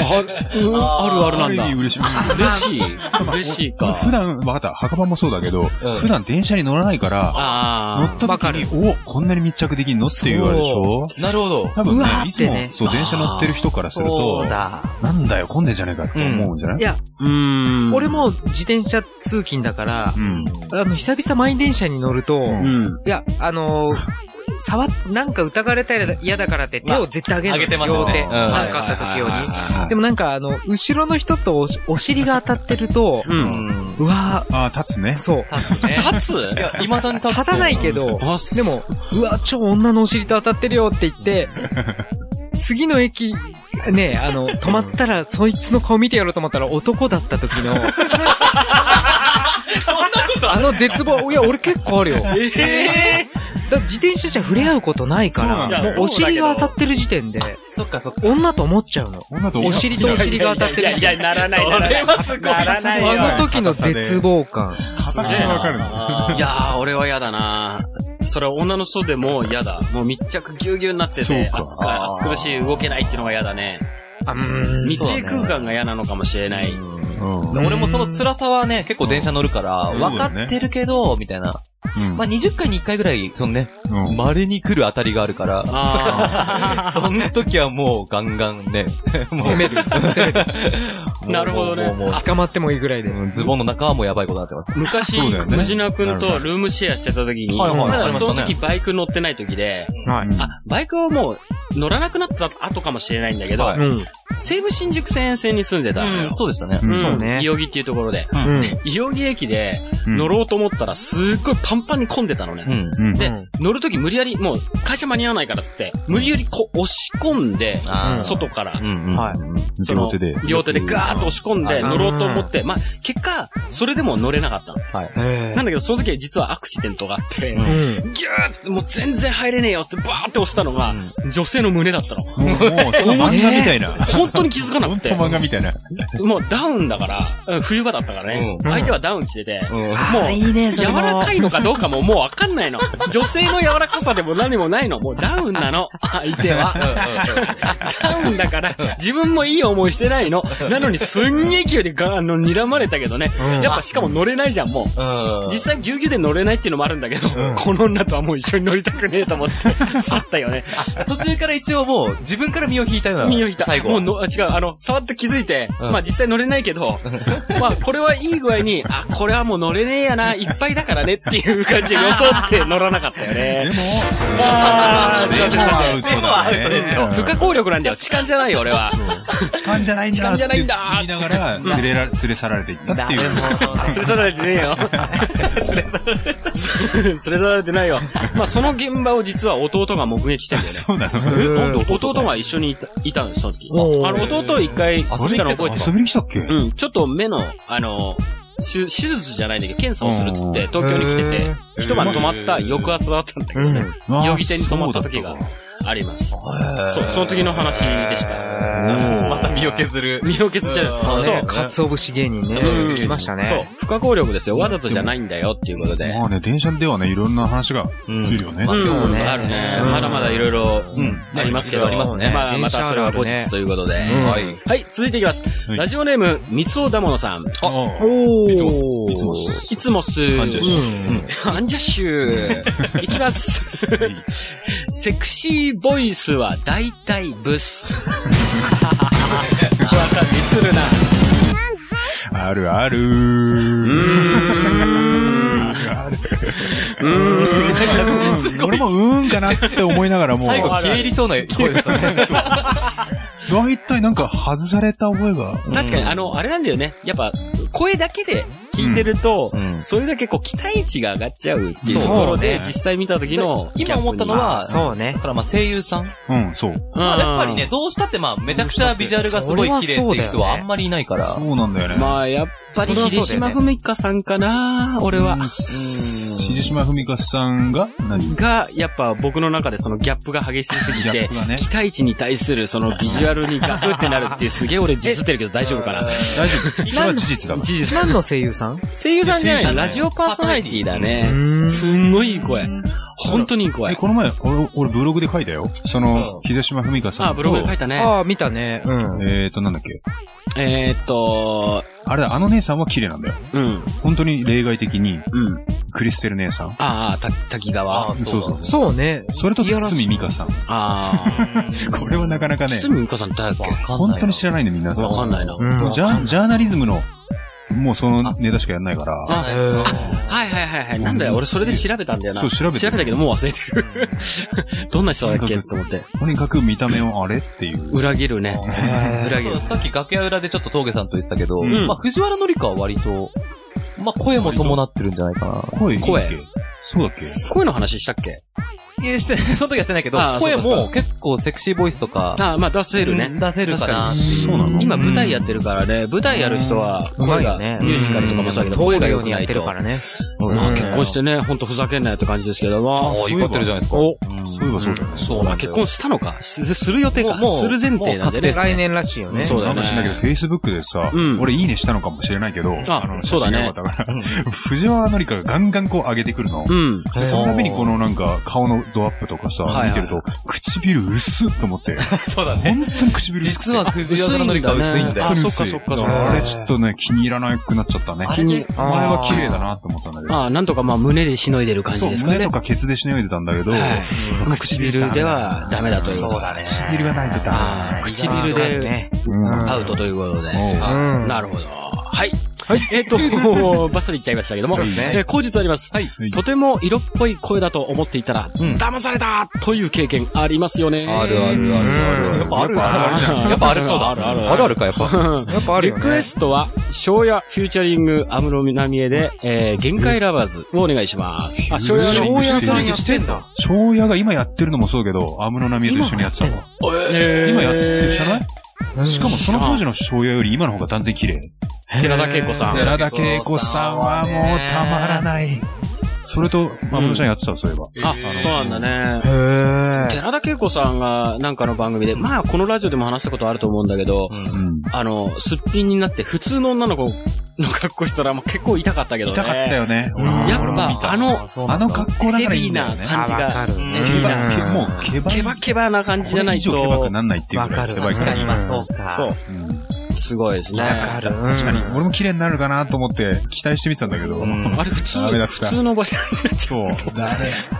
S5: あるあ
S4: あ
S5: る
S4: る意
S5: なん
S4: 味
S5: だ。
S4: 嬉し
S5: 嬉し
S4: い。
S5: い。嬉しいか。
S4: 普段、わかった、墓場もそうだけど、普段電車に乗らないから、乗
S5: あ
S4: った時に、おこんなに密着できんのって言われるでしょ
S1: なるほど。
S4: 多分
S2: う
S4: ね
S2: わ、ー
S4: い
S2: っ
S4: つ
S2: て
S4: も
S2: ね、
S4: そう、電車乗ってる人からすると、
S1: だ。
S4: なんだよ、混んでんじゃねえかって思うんじゃない
S3: いや、
S5: あ。うーん。
S3: 俺、も自転車通勤だから、
S4: うん。
S3: あの、久々満員電車に乗ると、
S5: うん
S3: い。
S5: うん
S3: や、あのー、触っ、なんか疑われたら嫌だからって手を絶対上げるの。
S1: 上げてますね
S3: 両手。
S1: うん
S3: なんかあった時用
S5: はいはい
S3: に。
S5: はいはい
S3: でもなんかあの、後ろの人とおお尻が当たってると、
S5: うん。
S3: うわ
S4: ああ、立つね
S3: ー。そう。
S5: 立つ
S1: いや、未だに立つと
S3: 立たないけど、
S5: あす
S3: でも、うわ、超女のお尻と当たってるよって言って、次の駅、ね、あの、止まったら、そいつの顔見てやろうと思ったら男だった時の、あの絶望、いや、俺結構あるよ。だから自転車じゃ触れ合うことないか
S4: そうなんだ
S3: ら、もうお尻が当たってる時点で、
S1: そっかそっか。
S3: 女と思っちゃうの。
S4: 女と
S3: お尻とお尻が当たってる時
S5: いやい
S3: 点
S5: や、ならない、ならない。ならないよ。
S3: あの時の絶望感。
S4: 硬さがわかるの。
S5: いやー、俺は嫌だなそれは女の人でも嫌だ。もう密着ぎゅうぎゅうになって
S4: そう
S5: て、
S4: か
S5: 暑く、暑苦しい、動けないっていうのが嫌だね。
S3: あうーん
S5: 密閉空間が嫌なのかもしれない。
S4: うん。
S1: 俺もその辛さはね、結構電車乗るから、
S4: そう
S1: 分
S4: だ
S1: か
S4: よね
S1: ってるけど、みたいな。
S4: うん
S1: まあ、20回に1回ぐらい、そのね、
S4: うん
S1: 稀に来るあたりがあるから、
S5: あ
S1: そん時はもうガンガンね、も
S3: 攻める。攻める。
S1: う、
S5: なるほどね
S1: もうもうも
S3: 捕まってもいいぐらいで。
S1: うズボンの中はもうやばいことになってます。
S5: ー昔、
S4: そうだよね
S5: ムジナ君とルームシェアしてた時に、
S1: はいはい
S5: ま
S1: あり
S5: だ
S1: ました
S5: そ
S1: ね
S5: の時バイク乗ってない時で、
S4: はい。
S5: あ、バイクをもう乗らなくなった後かもしれないんだけど、
S1: はい
S3: うん。
S5: 西武新宿線沿線に住んでたのよ。
S1: そうでしたね。
S4: うん
S5: ん
S3: そうね
S5: 代々木っていうところで。
S3: うん。
S5: 代々木駅で
S4: うん
S5: 乗ろうと思ったらすっごいパンパンに混んでたのね。
S1: うん。
S4: うん。
S5: で
S3: うん、
S5: 乗るとき無理やり、もう会社間に合わないからっつって、無理やりこう押し込んで、
S1: あー
S5: 外から
S1: う、んうん。
S3: はい
S5: その
S4: 両手で。
S5: 両手でガーッと押し込んで
S1: うん
S5: 乗ろうと思って、まあ、結果、それでも乗れなかったの。
S3: へ
S5: なんだけど、その時は実はアクシデントがあって、ギュー
S3: ー
S5: ってもう全然入れねえよっつってバーって押したのが、女性の胸だったの。
S4: もう、もうその漫画みたいな。
S5: 本当に気づかな
S4: ほ
S5: く
S4: んと
S5: て。
S4: 漫画みたいな。
S5: もうダウンだから、うん冬場だったからね。
S1: うん
S5: 相手はダウン着てて、
S1: うん。
S5: もう、
S3: いいね、
S5: 柔らかいのかどうかももうわかんないの。女性の柔らかさでも何もないの。もうダウンなの。相手は。ダウンだから、自分もいい思いしてないの。なのにすんげえ勢いでガーンの睨まれたけどね。やっぱしかも乗れないじゃん、もう。
S1: うん。
S5: 実際ぎゅうぎゅうで乗れないっていうのもあるんだけど、この女とはもう一緒に乗りたくねえと思って、去ったよね。
S1: 途中から一応もう、自分から身を引いたような。
S5: 身を引いた。
S1: 最後
S5: もう
S1: は。
S5: の、あ違う、あの、触って気づいて、
S1: うん
S5: まあ実際乗れないけど、まあこれはいい具合に、あ、これはもう乗れねえやな、いっぱいだからねっていう感じで装って乗らなかったよね
S4: でも。、
S5: あー、すいませんすいません。
S4: でもアウトですよ
S5: 不可抗力なんだよ。痴漢じゃないよ、俺は。
S4: 痴漢じゃないんだ。
S5: 痴漢じゃないんだ
S4: って言いながら、連れら、連れ去られていったっていう。
S5: 連れ去られてねえよ。連れ去られてないよ。まあその現場を実は弟が目撃してんだよね。
S4: そうなの
S5: 弟が一緒にいたいたんです、その時。
S3: おー
S5: あの、弟を一回
S1: 遊び
S5: 来
S1: に来て
S5: た
S1: た
S5: の覚えてる
S4: 遊びに来たっけ
S5: うん、ちょっと目の、あの、手手術じゃないんだけど、検査をするっつって、東京に来て
S3: へ
S5: て、一晩泊まった翌朝だったんだけどね、
S4: うん
S5: 容疑店に泊まった時があります。そう、その時の話でした。
S1: また身を削る。
S5: 身を削っちゃう。そう、
S3: かつお節芸人ね。
S5: うん
S3: 来ましたね。
S5: そう、不可抗力ですよ。わざとじゃないんだよっていうことで。
S4: まあね、電車ではね、いろんな話が出るよね。
S5: うん
S3: そうね
S5: あるね。
S3: うん
S5: まだまだいろいろ
S1: ん
S5: ありますけど。
S1: ありますね
S5: まあ、
S3: 電
S5: ま
S3: 車
S5: たそれは後
S3: あるね
S5: 日ということで。
S3: ん
S5: はいはい、続いていきます。
S4: はい
S5: ラジオネーム、三尾だものさん。
S3: おー。
S4: いつもす
S5: いつもす。アンジャッシュ。いきます。セクシーボイスは大体ブス。 わかりするな。
S4: あるあるー。俺もうーんかなって思いながらも、
S1: 最後、切れ入りそうな声でしたね。
S4: 大体なんか外された覚えが。
S5: 確かに、あの、あれなんだよね。やっぱ、声だけで決聞いてると、
S1: うん
S5: それだけこう期待値が上がっちゃうっていうところで、
S2: そうね
S5: 実際見た時の、
S1: 今思ったの、は、
S2: そうね
S1: だ。からまあ声優さん。
S4: うん、そう。
S1: まあやっぱりね、、どうしたってまあめちゃくちゃビジュアルがすごい綺麗っていう人はあんまりいないから。
S4: そうなんだよね。
S5: まあ、やっぱり、秀島文香さんかな俺は。
S4: しじしまふみかさんが何
S5: が、やっぱ僕の中でそのギャップが激しすぎ
S4: ギャ
S5: て
S4: ップが、ね
S5: 期待値に対するそのビジュアルにガクってなるっていう、すげえ俺ディスってるけど大丈夫かな
S4: 大丈夫。それは事実だわ。
S5: 事実。
S3: 何の声優さん
S5: 声優さんじゃ ない、ラジオパーソナリティだね。すんごいいい声。本当にいい声
S4: え、。この前、俺、俺ブログで書いたよ。その、秀島文香さんと。
S5: あ、ブログで書いたね。
S3: ああ、見たね。うん。
S4: えーと、なんだっけ。
S5: えーっと、
S4: あれだ、あの姉さんは綺麗なんだよ。
S5: うん、
S4: 本当に例外的に、
S5: うん。
S4: クリステル姉さん。
S5: ああ、た、滝川。あ
S4: そうそう。
S3: そうね。
S4: それと、
S3: いやらしい
S4: 堤美香さん。
S5: あ
S4: これはなかなか
S5: ー。
S4: ね
S5: す、みんこさん誰だっけ
S4: 本当に知らないんだよ、みんなさ。
S5: わかんないな。
S4: うんジャージャーナリズムの、もうそのネタしかやんないから。
S5: あ
S3: えー
S5: はいはいはいはい。なんだよ、俺それで調べたんだよな。
S4: そう調べて
S5: 調べたけどもう忘れてる。どんな人だっけと思って。
S4: とにかく見た目をあれっていう。
S5: 裏切るね。裏切る。
S1: さっき楽屋裏でちょっと峠さんと言ってたけど、
S5: ん
S1: まあ藤原紀香は割と、まあ声も伴ってるんじゃないか
S4: 声いいっけ
S5: 声
S4: そうだっけ
S5: 声の話したっけ
S1: な。いや、して、 その時はしてないけど
S5: あー、
S1: 声
S5: そうかそう
S1: も結構セクシーボイスとか、
S5: ああ、まあ出せるね。
S1: 出せるかなっていう。
S4: そうなの
S5: 今舞台やってるからね、舞台やる人は、
S3: うま
S5: 声
S3: いよ
S5: が、
S3: ね。
S5: ミュージカルとかもそうだけど、声が良
S3: よう
S5: く
S3: に
S5: な
S3: やっ
S5: い
S3: て
S5: と
S3: るか。らね。
S5: まあ結婚してね、ほんとふざけんなよって感じですけど
S1: あ
S5: も。
S1: ーいいこと言ってるじゃないですか。
S5: お、
S4: そういえばそうだよね。
S1: そうなんだ
S5: 結
S1: よ。
S5: 婚したのかすする予定か
S1: もうもう
S5: する前提なんでね。
S3: 来年らしいよね。
S5: そうだよ
S4: かもしれないけど、
S5: ね。
S4: Facebook でさ、
S5: うん
S4: 俺いいねしたのかもしれないけど、
S5: あ
S4: 写
S5: そうだ
S4: 真
S5: ね
S4: がだから、藤原紀香がガンガンこう上げてくるの。
S5: うん。
S4: でその度にこのなんか、顔のドアップとかさ、
S5: はいはい
S4: 見てると、唇薄っと思って。
S1: そうだね。
S4: 本当に唇薄くて。
S1: 実は藤原紀香は薄いんだよ。
S5: 薄いんだね
S4: 本当に
S5: あそっ
S4: 薄
S5: か
S4: い
S5: そっかそっか
S4: だらあれちょっとね、気に入らなくなっちゃったね。
S1: あれね、
S4: お前は綺麗だなって思ったんだけど。
S5: ああ、なんとかまあ胸でしのいでる感じ
S4: そう、
S5: ですか
S4: 胸
S5: ね
S4: と。かケツでしのいでたんだけど、
S5: はいもう唇ではダメだということで。
S1: だね。
S4: 唇が泣いて
S5: あ
S4: た
S5: あ。唇で
S3: ね。
S4: うん
S5: アウトということで。
S4: おう
S3: うん。
S5: なるほど。はい。えっと、 バッサリ言っちゃいましたけども。
S3: そうですね
S5: えー後日あります。はいとても色っぽい声だと思っていたら、騙されたという経験ありますよね。
S1: あるあ。るあるあ る。やっぱあるあるやっぱあるそうだ。あるある。あるあるか、やっ ぱ。
S3: やっぱあ
S5: リ
S3: るよね。
S5: クエストは、昭夜フューチャリングアムロミナミエで、えー、限界ラバーズをお願いします。あ、昭夜
S4: フューチャリン
S5: の、
S4: グして
S3: して
S4: る
S3: んだ。
S4: 庄屋が今やってるのもそうだけど、安室奈美恵と一緒にやってたわ。
S5: え
S4: 今やってるじゃない、しかもその当時の庄屋より今の方が断然綺麗。
S5: ー、寺田恵子さん。
S4: 寺田恵子さんはもうたまらない。それと、安室ちゃんやってたわ、そういえば。
S5: あ、そうなんだね。
S3: へえ。
S5: 寺田恵子さんが、なんかの番組で、まあ、このラジオでも話したことあると思うんだけど、
S4: うん。
S5: あの、すっぴんになって普通の女の子の格好したら、まあ、結構痛かったけどね。
S4: 痛かったよね。俺
S5: やっ
S4: 俺も見
S5: ぱ、
S4: た
S5: あの、
S4: あの格好だ
S5: ヘ
S4: からい
S5: ビ
S4: い
S5: ー
S4: んだよ
S5: な
S4: ね。
S5: 感じ
S3: あわ
S5: が
S3: か、る
S1: うん
S4: ケバケもうケバ
S5: ケバケバな感じじゃない
S4: これ以上ケバ
S5: と
S4: く、なんないっていう
S3: わ
S4: ぐ
S3: から
S4: い
S3: る。
S4: ケバいから
S3: 今そうか
S5: そう
S4: うん
S5: すごいですね。
S3: わかる。確
S4: 確かに。俺も綺麗になるかなと思って期待してみてたんだけど。
S5: あれ普通、
S4: ダメだった
S5: 普通の場所になっちゃう。
S4: そう。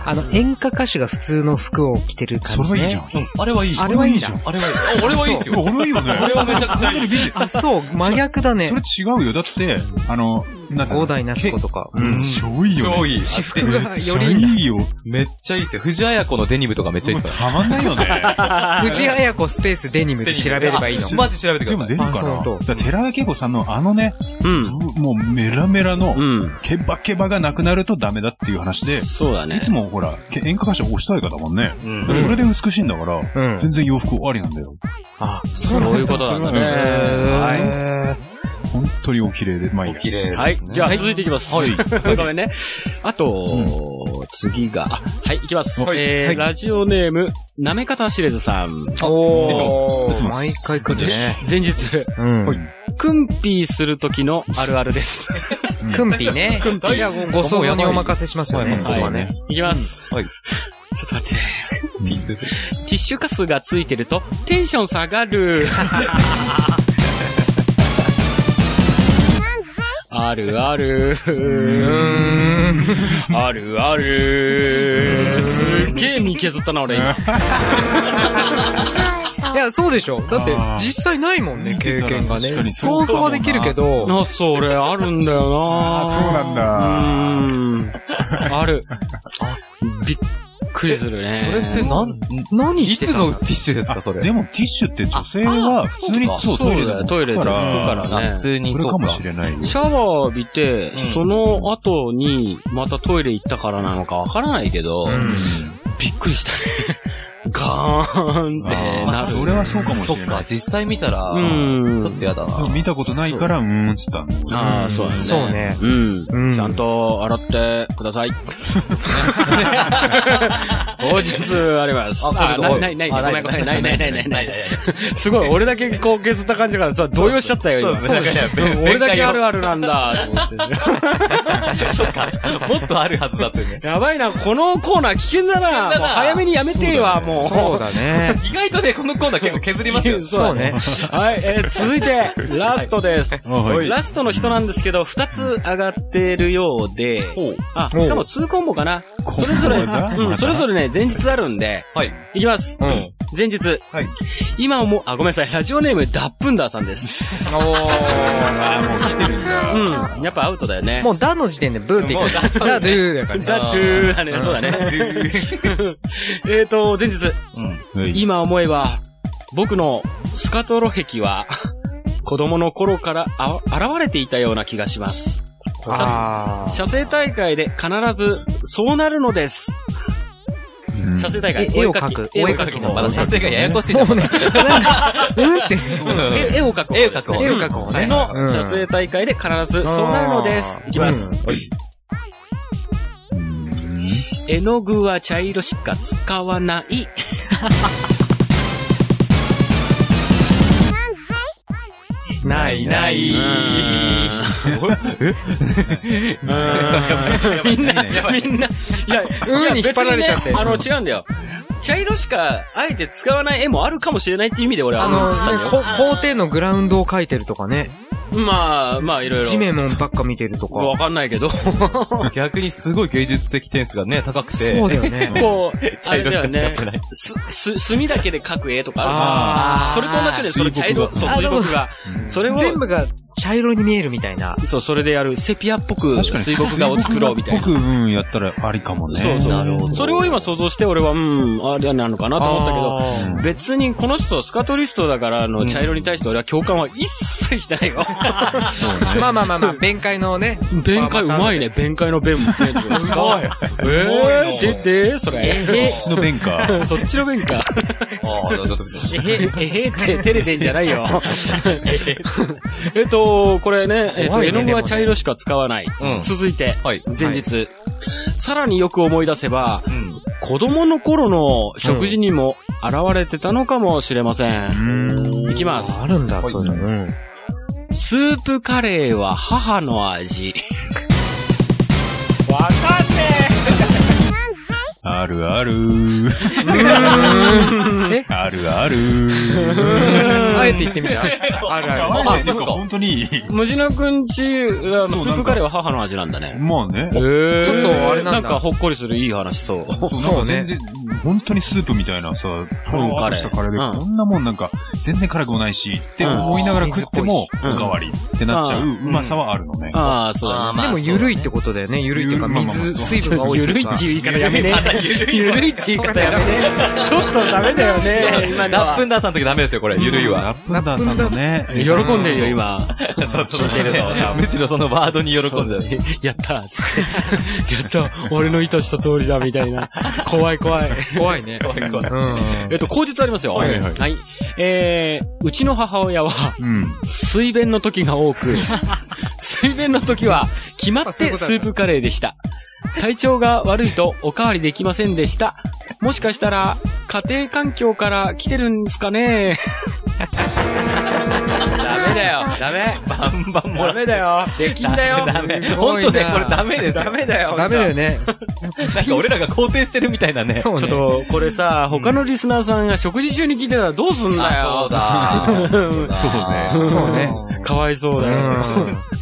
S3: あの、演歌歌手が普通の服を着てる感
S4: そ
S3: じ。
S4: れはいいじゃん。。
S1: あれはいいじゃん。
S3: あれはいいじゃん。
S1: あれはいい。あ俺はいいですよ。
S4: 俺はいいよね。
S1: 俺はめちゃくちゃいい。
S3: あ、そう、真逆だね
S4: そ。れ違うよ。だって、あの、なんていうの
S3: 大台夏子とか。
S4: うん、超いいよね。
S1: 超いい。
S3: 私服がよ
S4: めっちゃ
S3: りいい
S4: い
S3: んだ。
S4: いよ。
S1: めっちゃいいですよ。藤あや子のデニムとかめっちゃいいですか
S4: たまんないよね。
S3: 藤あや子スペースデニムで
S1: ら。
S3: 調べればいいの。
S1: あマジ調べてく
S4: で
S1: だ
S4: も
S1: さ
S4: 出
S1: い
S4: る。か
S3: あそう
S4: ら。だ
S3: そう
S4: から寺田恵子さんのあのね、
S5: うん。
S4: もうメラメラの、
S5: うん。
S4: ケバケバがなくなるとダメだっていう話で、
S5: そうだ
S4: い
S5: ね。
S4: つもほら、け演歌歌手推したい方だもんね。
S1: うん
S4: それで美しいんだから、
S3: うん
S4: 全然洋服ありなんだよ。
S3: あ、
S5: そういうことなんだね。は
S3: へ
S4: 本当にお綺麗で、まあいいや。
S1: 綺麗
S5: い。はい。じゃあ、続いていきます。はい。ごめんね。あと、次が、あはい、いきます。
S4: はい
S5: え
S4: は
S5: ー、
S4: い
S5: ラジオネーム、なめかたしれずさん。
S3: ーお
S1: いつも
S4: いつ
S3: ー。
S4: も
S3: 毎回来るね。
S5: 前日、
S3: うん
S4: はい。
S5: くんぴーする時のあるあるです。
S3: クンピね。クンピ。いや、ご想像にお任せしますよね。
S5: はい
S3: そうだね。
S5: いきます。
S1: うんはい
S5: ちょっと待ってね。ティッシュカスがついてるとテンション下がる。あるある。あるある。すげえ身削ったな、俺今。
S3: いや、そうでしょ。だって
S4: あ、ー
S3: 実際ないもんね、
S4: 見て
S3: 経
S4: たら
S3: 験が
S4: 確か
S3: ね。
S4: にそう
S3: 想
S4: か
S3: 像
S4: もな
S3: はできるけど。
S5: あ、それあるんだよな
S4: あ、そうなんだ。
S5: うーん。ある。びっくりするね。
S1: それってなん、
S3: 何
S1: い
S3: して
S1: つ
S3: た
S1: の
S3: の
S1: ティッシュですか、それ。
S4: でも、ティッシュって女性は普通に
S1: ああ、
S4: そう、
S5: そうか
S4: トイレでも
S5: トイレで
S4: 拭く
S5: 拭くから
S4: こ
S5: な
S1: あ普通に
S4: れ
S1: そう
S4: か
S1: か。
S4: もしれないよ。
S5: シャワーを浴びて、
S1: ん
S5: その後に、またトイレ行ったからなのかわからないけど、びっくりしたね。 ガーンっ
S4: あ
S5: て
S4: あ
S5: な
S4: そ
S5: る。
S4: れはそうかも
S1: そ
S4: し
S1: っ
S4: れない。
S1: か、実際見たら、
S5: うん
S1: ちょっとやだな
S4: でも。見たことないから、うーんっつったの。
S5: ああ、そうだね。
S3: そうね。
S5: うん。
S3: うん
S5: ちゃんと洗ってください。 後日あります。あ、
S1: あ
S5: ないないない。ご
S1: あ
S5: めんごめん。ないないないないない。
S1: ない
S5: すごい、俺だけこう削った感じからさ、動揺しちゃったよ、今。
S1: そうですね
S5: うん
S1: 弁解を
S5: 俺だけあるあるなんだ、と思って。
S1: そっか、もっとあるはずだってね。
S5: やばいな、このコーナー危険だな。
S1: 危険だな
S5: もう早めにやめてよ、もう。
S3: そうだね。
S1: 意外とね、このコーナー結構削りますよ。
S3: そうね。
S5: はい、えー続いて、ラストです。
S4: はいはい
S5: ラストの人なんですけど、二つ上がってるようで、あ、しかも2コンボかな。それぞれ、
S4: コンボ技
S5: うん、それぞれね、前日あるんで、
S1: はい。
S5: いきます。
S1: ん
S5: 前日。
S4: はい
S5: 今思う、あ、ごめんなさい、ラジオネーム、ダップンダーさんです。
S3: おー。
S5: うん、やっぱアウトだよね。
S3: もう、だの時点でブーっていく。だ、ドゥーだからね。
S5: ダッドゥーだね、そうだね。 えっと、前日。
S4: はい
S5: 今思えば、僕のスカトロ壁は、 子供の頃からあ現れていたような気がします。
S3: あー
S5: 写生大会で必ずそうなるのです。
S4: うん
S5: 写生大会
S3: え。
S5: お絵描
S3: 絵を描く
S5: き。絵を描きの。
S1: まだ撮影がややこしいな。
S3: もうね、なんか、うんって。
S5: 絵絵を描く。
S1: 絵を描く方
S3: 絵を描く方ねう
S5: の
S3: ん
S5: 写生大会で必ずそうなるのです。いきます。絵の具は茶色しか使わない。
S3: ないな。
S1: ない。
S5: みんな、みんな、いや、
S3: うん
S5: いや
S3: に引っ張られちゃって
S5: 別にねあの、違うんだよ。茶色しか、あえて使わない絵もあるかもしれないっていう意味で俺は、
S3: あ
S5: あ
S3: の、
S5: の、
S3: ね
S5: つったんだよ。
S3: こ校庭のグラウンドを描いてるとかね。
S5: まあ、まあ、いろいろ。
S3: 地面もばっか見てると
S5: わ
S3: か。
S5: かんないけど。
S1: 逆にすごい芸術的点数がね、高くて。
S3: そうだよね。
S5: こう、あ
S1: 茶
S5: れ
S1: 色し
S5: だ
S1: か使
S5: よ
S1: っ
S5: ね
S1: てない。
S5: す、す、墨だけで描く絵とかあ
S3: あ
S5: る
S3: ー
S5: それと同じように、それ茶色、そう、
S3: あ
S5: 水
S3: でも
S5: 墨画。それを、
S3: 全部が茶色に見えるみたいな。
S5: そう、それでやる、セピアっぽく水墨画を作ろうみたいな。
S4: 僕、うん、やったらありかもね。
S5: そうそう。
S1: なるほど
S5: それを今想像して俺は、うん、あれなのかなと思ったけど、別にこの人スカトリストだからあの茶色に対して俺は共感は一切してないよ。
S3: まあまあまあまあ、弁解のね。
S5: 弁解うまいね。 弁解の弁も。 すごい。えー、出て、それ。
S3: え
S4: こっちの 弁か。
S5: そっちの弁か。
S1: ああ、だだだ
S5: えへ、えへって照れてんじゃないよ。 えっと、これね、えっと、
S3: 怖いね
S5: 絵の具は茶色しか使わない。
S1: うん
S5: 続いて、
S1: はい
S5: 前日。さらによく思い出せば、
S1: うん。
S5: 子供の頃の食事にも現れてたのかもしれません。いきます
S3: あ。るんだ、そういうの。うん
S5: スープカレーは母の 味。
S4: あるある。
S3: え
S4: あるある。
S3: あえて言ってみた。あるある。
S4: あ、てか、本当に。
S5: むじなくんちは、
S4: そう
S5: スープカレーは母の味なんだね。
S4: まあね。
S5: えー
S3: ちょっとあれなんだ
S5: なんかほっこりするいい話そう。
S4: そうね。全然、本当にスープみたいなさ、とろっとしたカレーで、
S5: うん
S4: こんなもんなんか、全然辛くもないし、って思いながら食っても、
S5: うん
S4: おかわりってなっちゃう、
S5: う
S4: うんまさはあるのね。
S5: ああ、そうだ
S1: あー
S5: ね。
S1: ま
S3: で
S1: あ
S3: も、
S1: そうだね
S3: 緩いってことだよね。緩いっていうか、
S4: ゆるまあまあまあ
S3: 水、水分が 多い。
S5: ゆるいっていう言い方やめね。ゆるい っていう言い方やめね。ちょっとダメだよね、今の
S1: ラッ
S5: は
S1: プ。ンダーさんの時ダメですよ、これ。ゆるいわ。
S4: ラップンダーさんのね、
S5: 喜んでるよ、今。
S1: そうそう
S5: 聞いてるぞ多分
S1: むしろそのワードに喜んじゃう。
S5: やったーっつって。 やったー俺の意図した通りだ、みたいな。怖い怖い。
S3: 怖いね。うん。
S5: えっと、口述ありますよ。はい
S4: はい
S5: えー、うちの母親は、
S4: うん。
S5: 水弁の時が多く、水弁の時は、決まっ
S3: あそうい
S5: て
S3: うこと
S5: ス
S3: だ
S5: ープカレーでした。体調が悪いとおかわりできませんでした。もしかしたら、家庭環境から来てるんですかねダメだよ。ダメ。
S1: バンバンもら
S5: ダ
S1: う。
S5: メだよ。できんだよ。
S1: ダメ。
S3: すご
S1: 本
S3: いな
S1: 当ね、これダメですよ。
S5: ダメだよ。
S3: ダメだよね。
S1: なんか俺らが肯定してるみたいなね。
S3: そうね。
S5: ちょっと、これさ、他のリスナーさんが食事中に聞いてたらどうすんだ
S1: あ
S5: よ。
S1: そうだ。
S4: そうね。
S3: そうね。
S5: かわいそう
S3: う
S5: だよ。
S3: ん。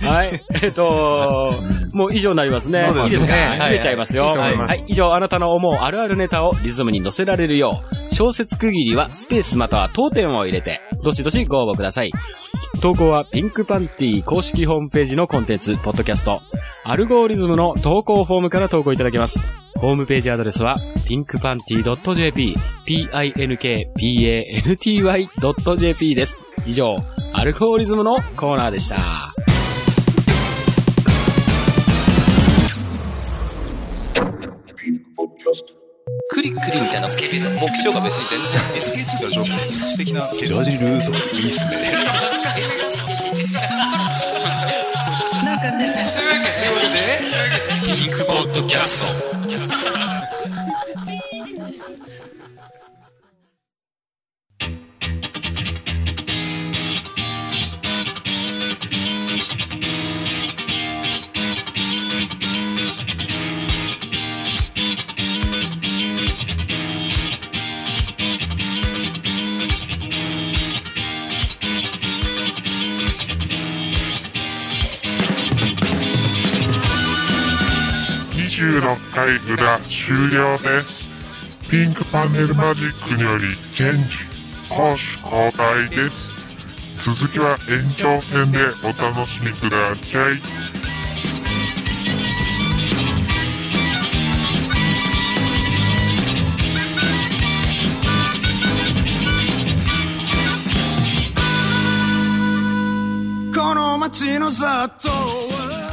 S5: はい。えっと、もう以上になりますね。
S1: そうですね
S5: いいですか
S1: はい
S5: 締めちゃいますよ。
S1: いいと思
S5: はいい。
S1: ます
S5: はい以上、あなたの思うあるあるネタをリズムに乗せられるよう、小説区切りはスペースまたは当点を入れて、どしどしご応募ください。投稿はピンクパンティ公式ホームページのコンテンツ、ポッドキャスト、アルゴリズムの投稿フォームから投稿いただけます。ホームページアドレスは、pinkpanty.jp、p-i-n-k-p-a-n-t-y.jp です。以上、アルコーリズムのコーナーでした。
S6: クリクリみたいな目標が別に全然。
S7: SK2 から上級素敵なジョージ・ルーソスいいっすね
S8: 26回裏終了ですピンクパネルマジックによりチェンジ攻守交代です続きは延長戦でお楽しみください
S3: この街の雑踏は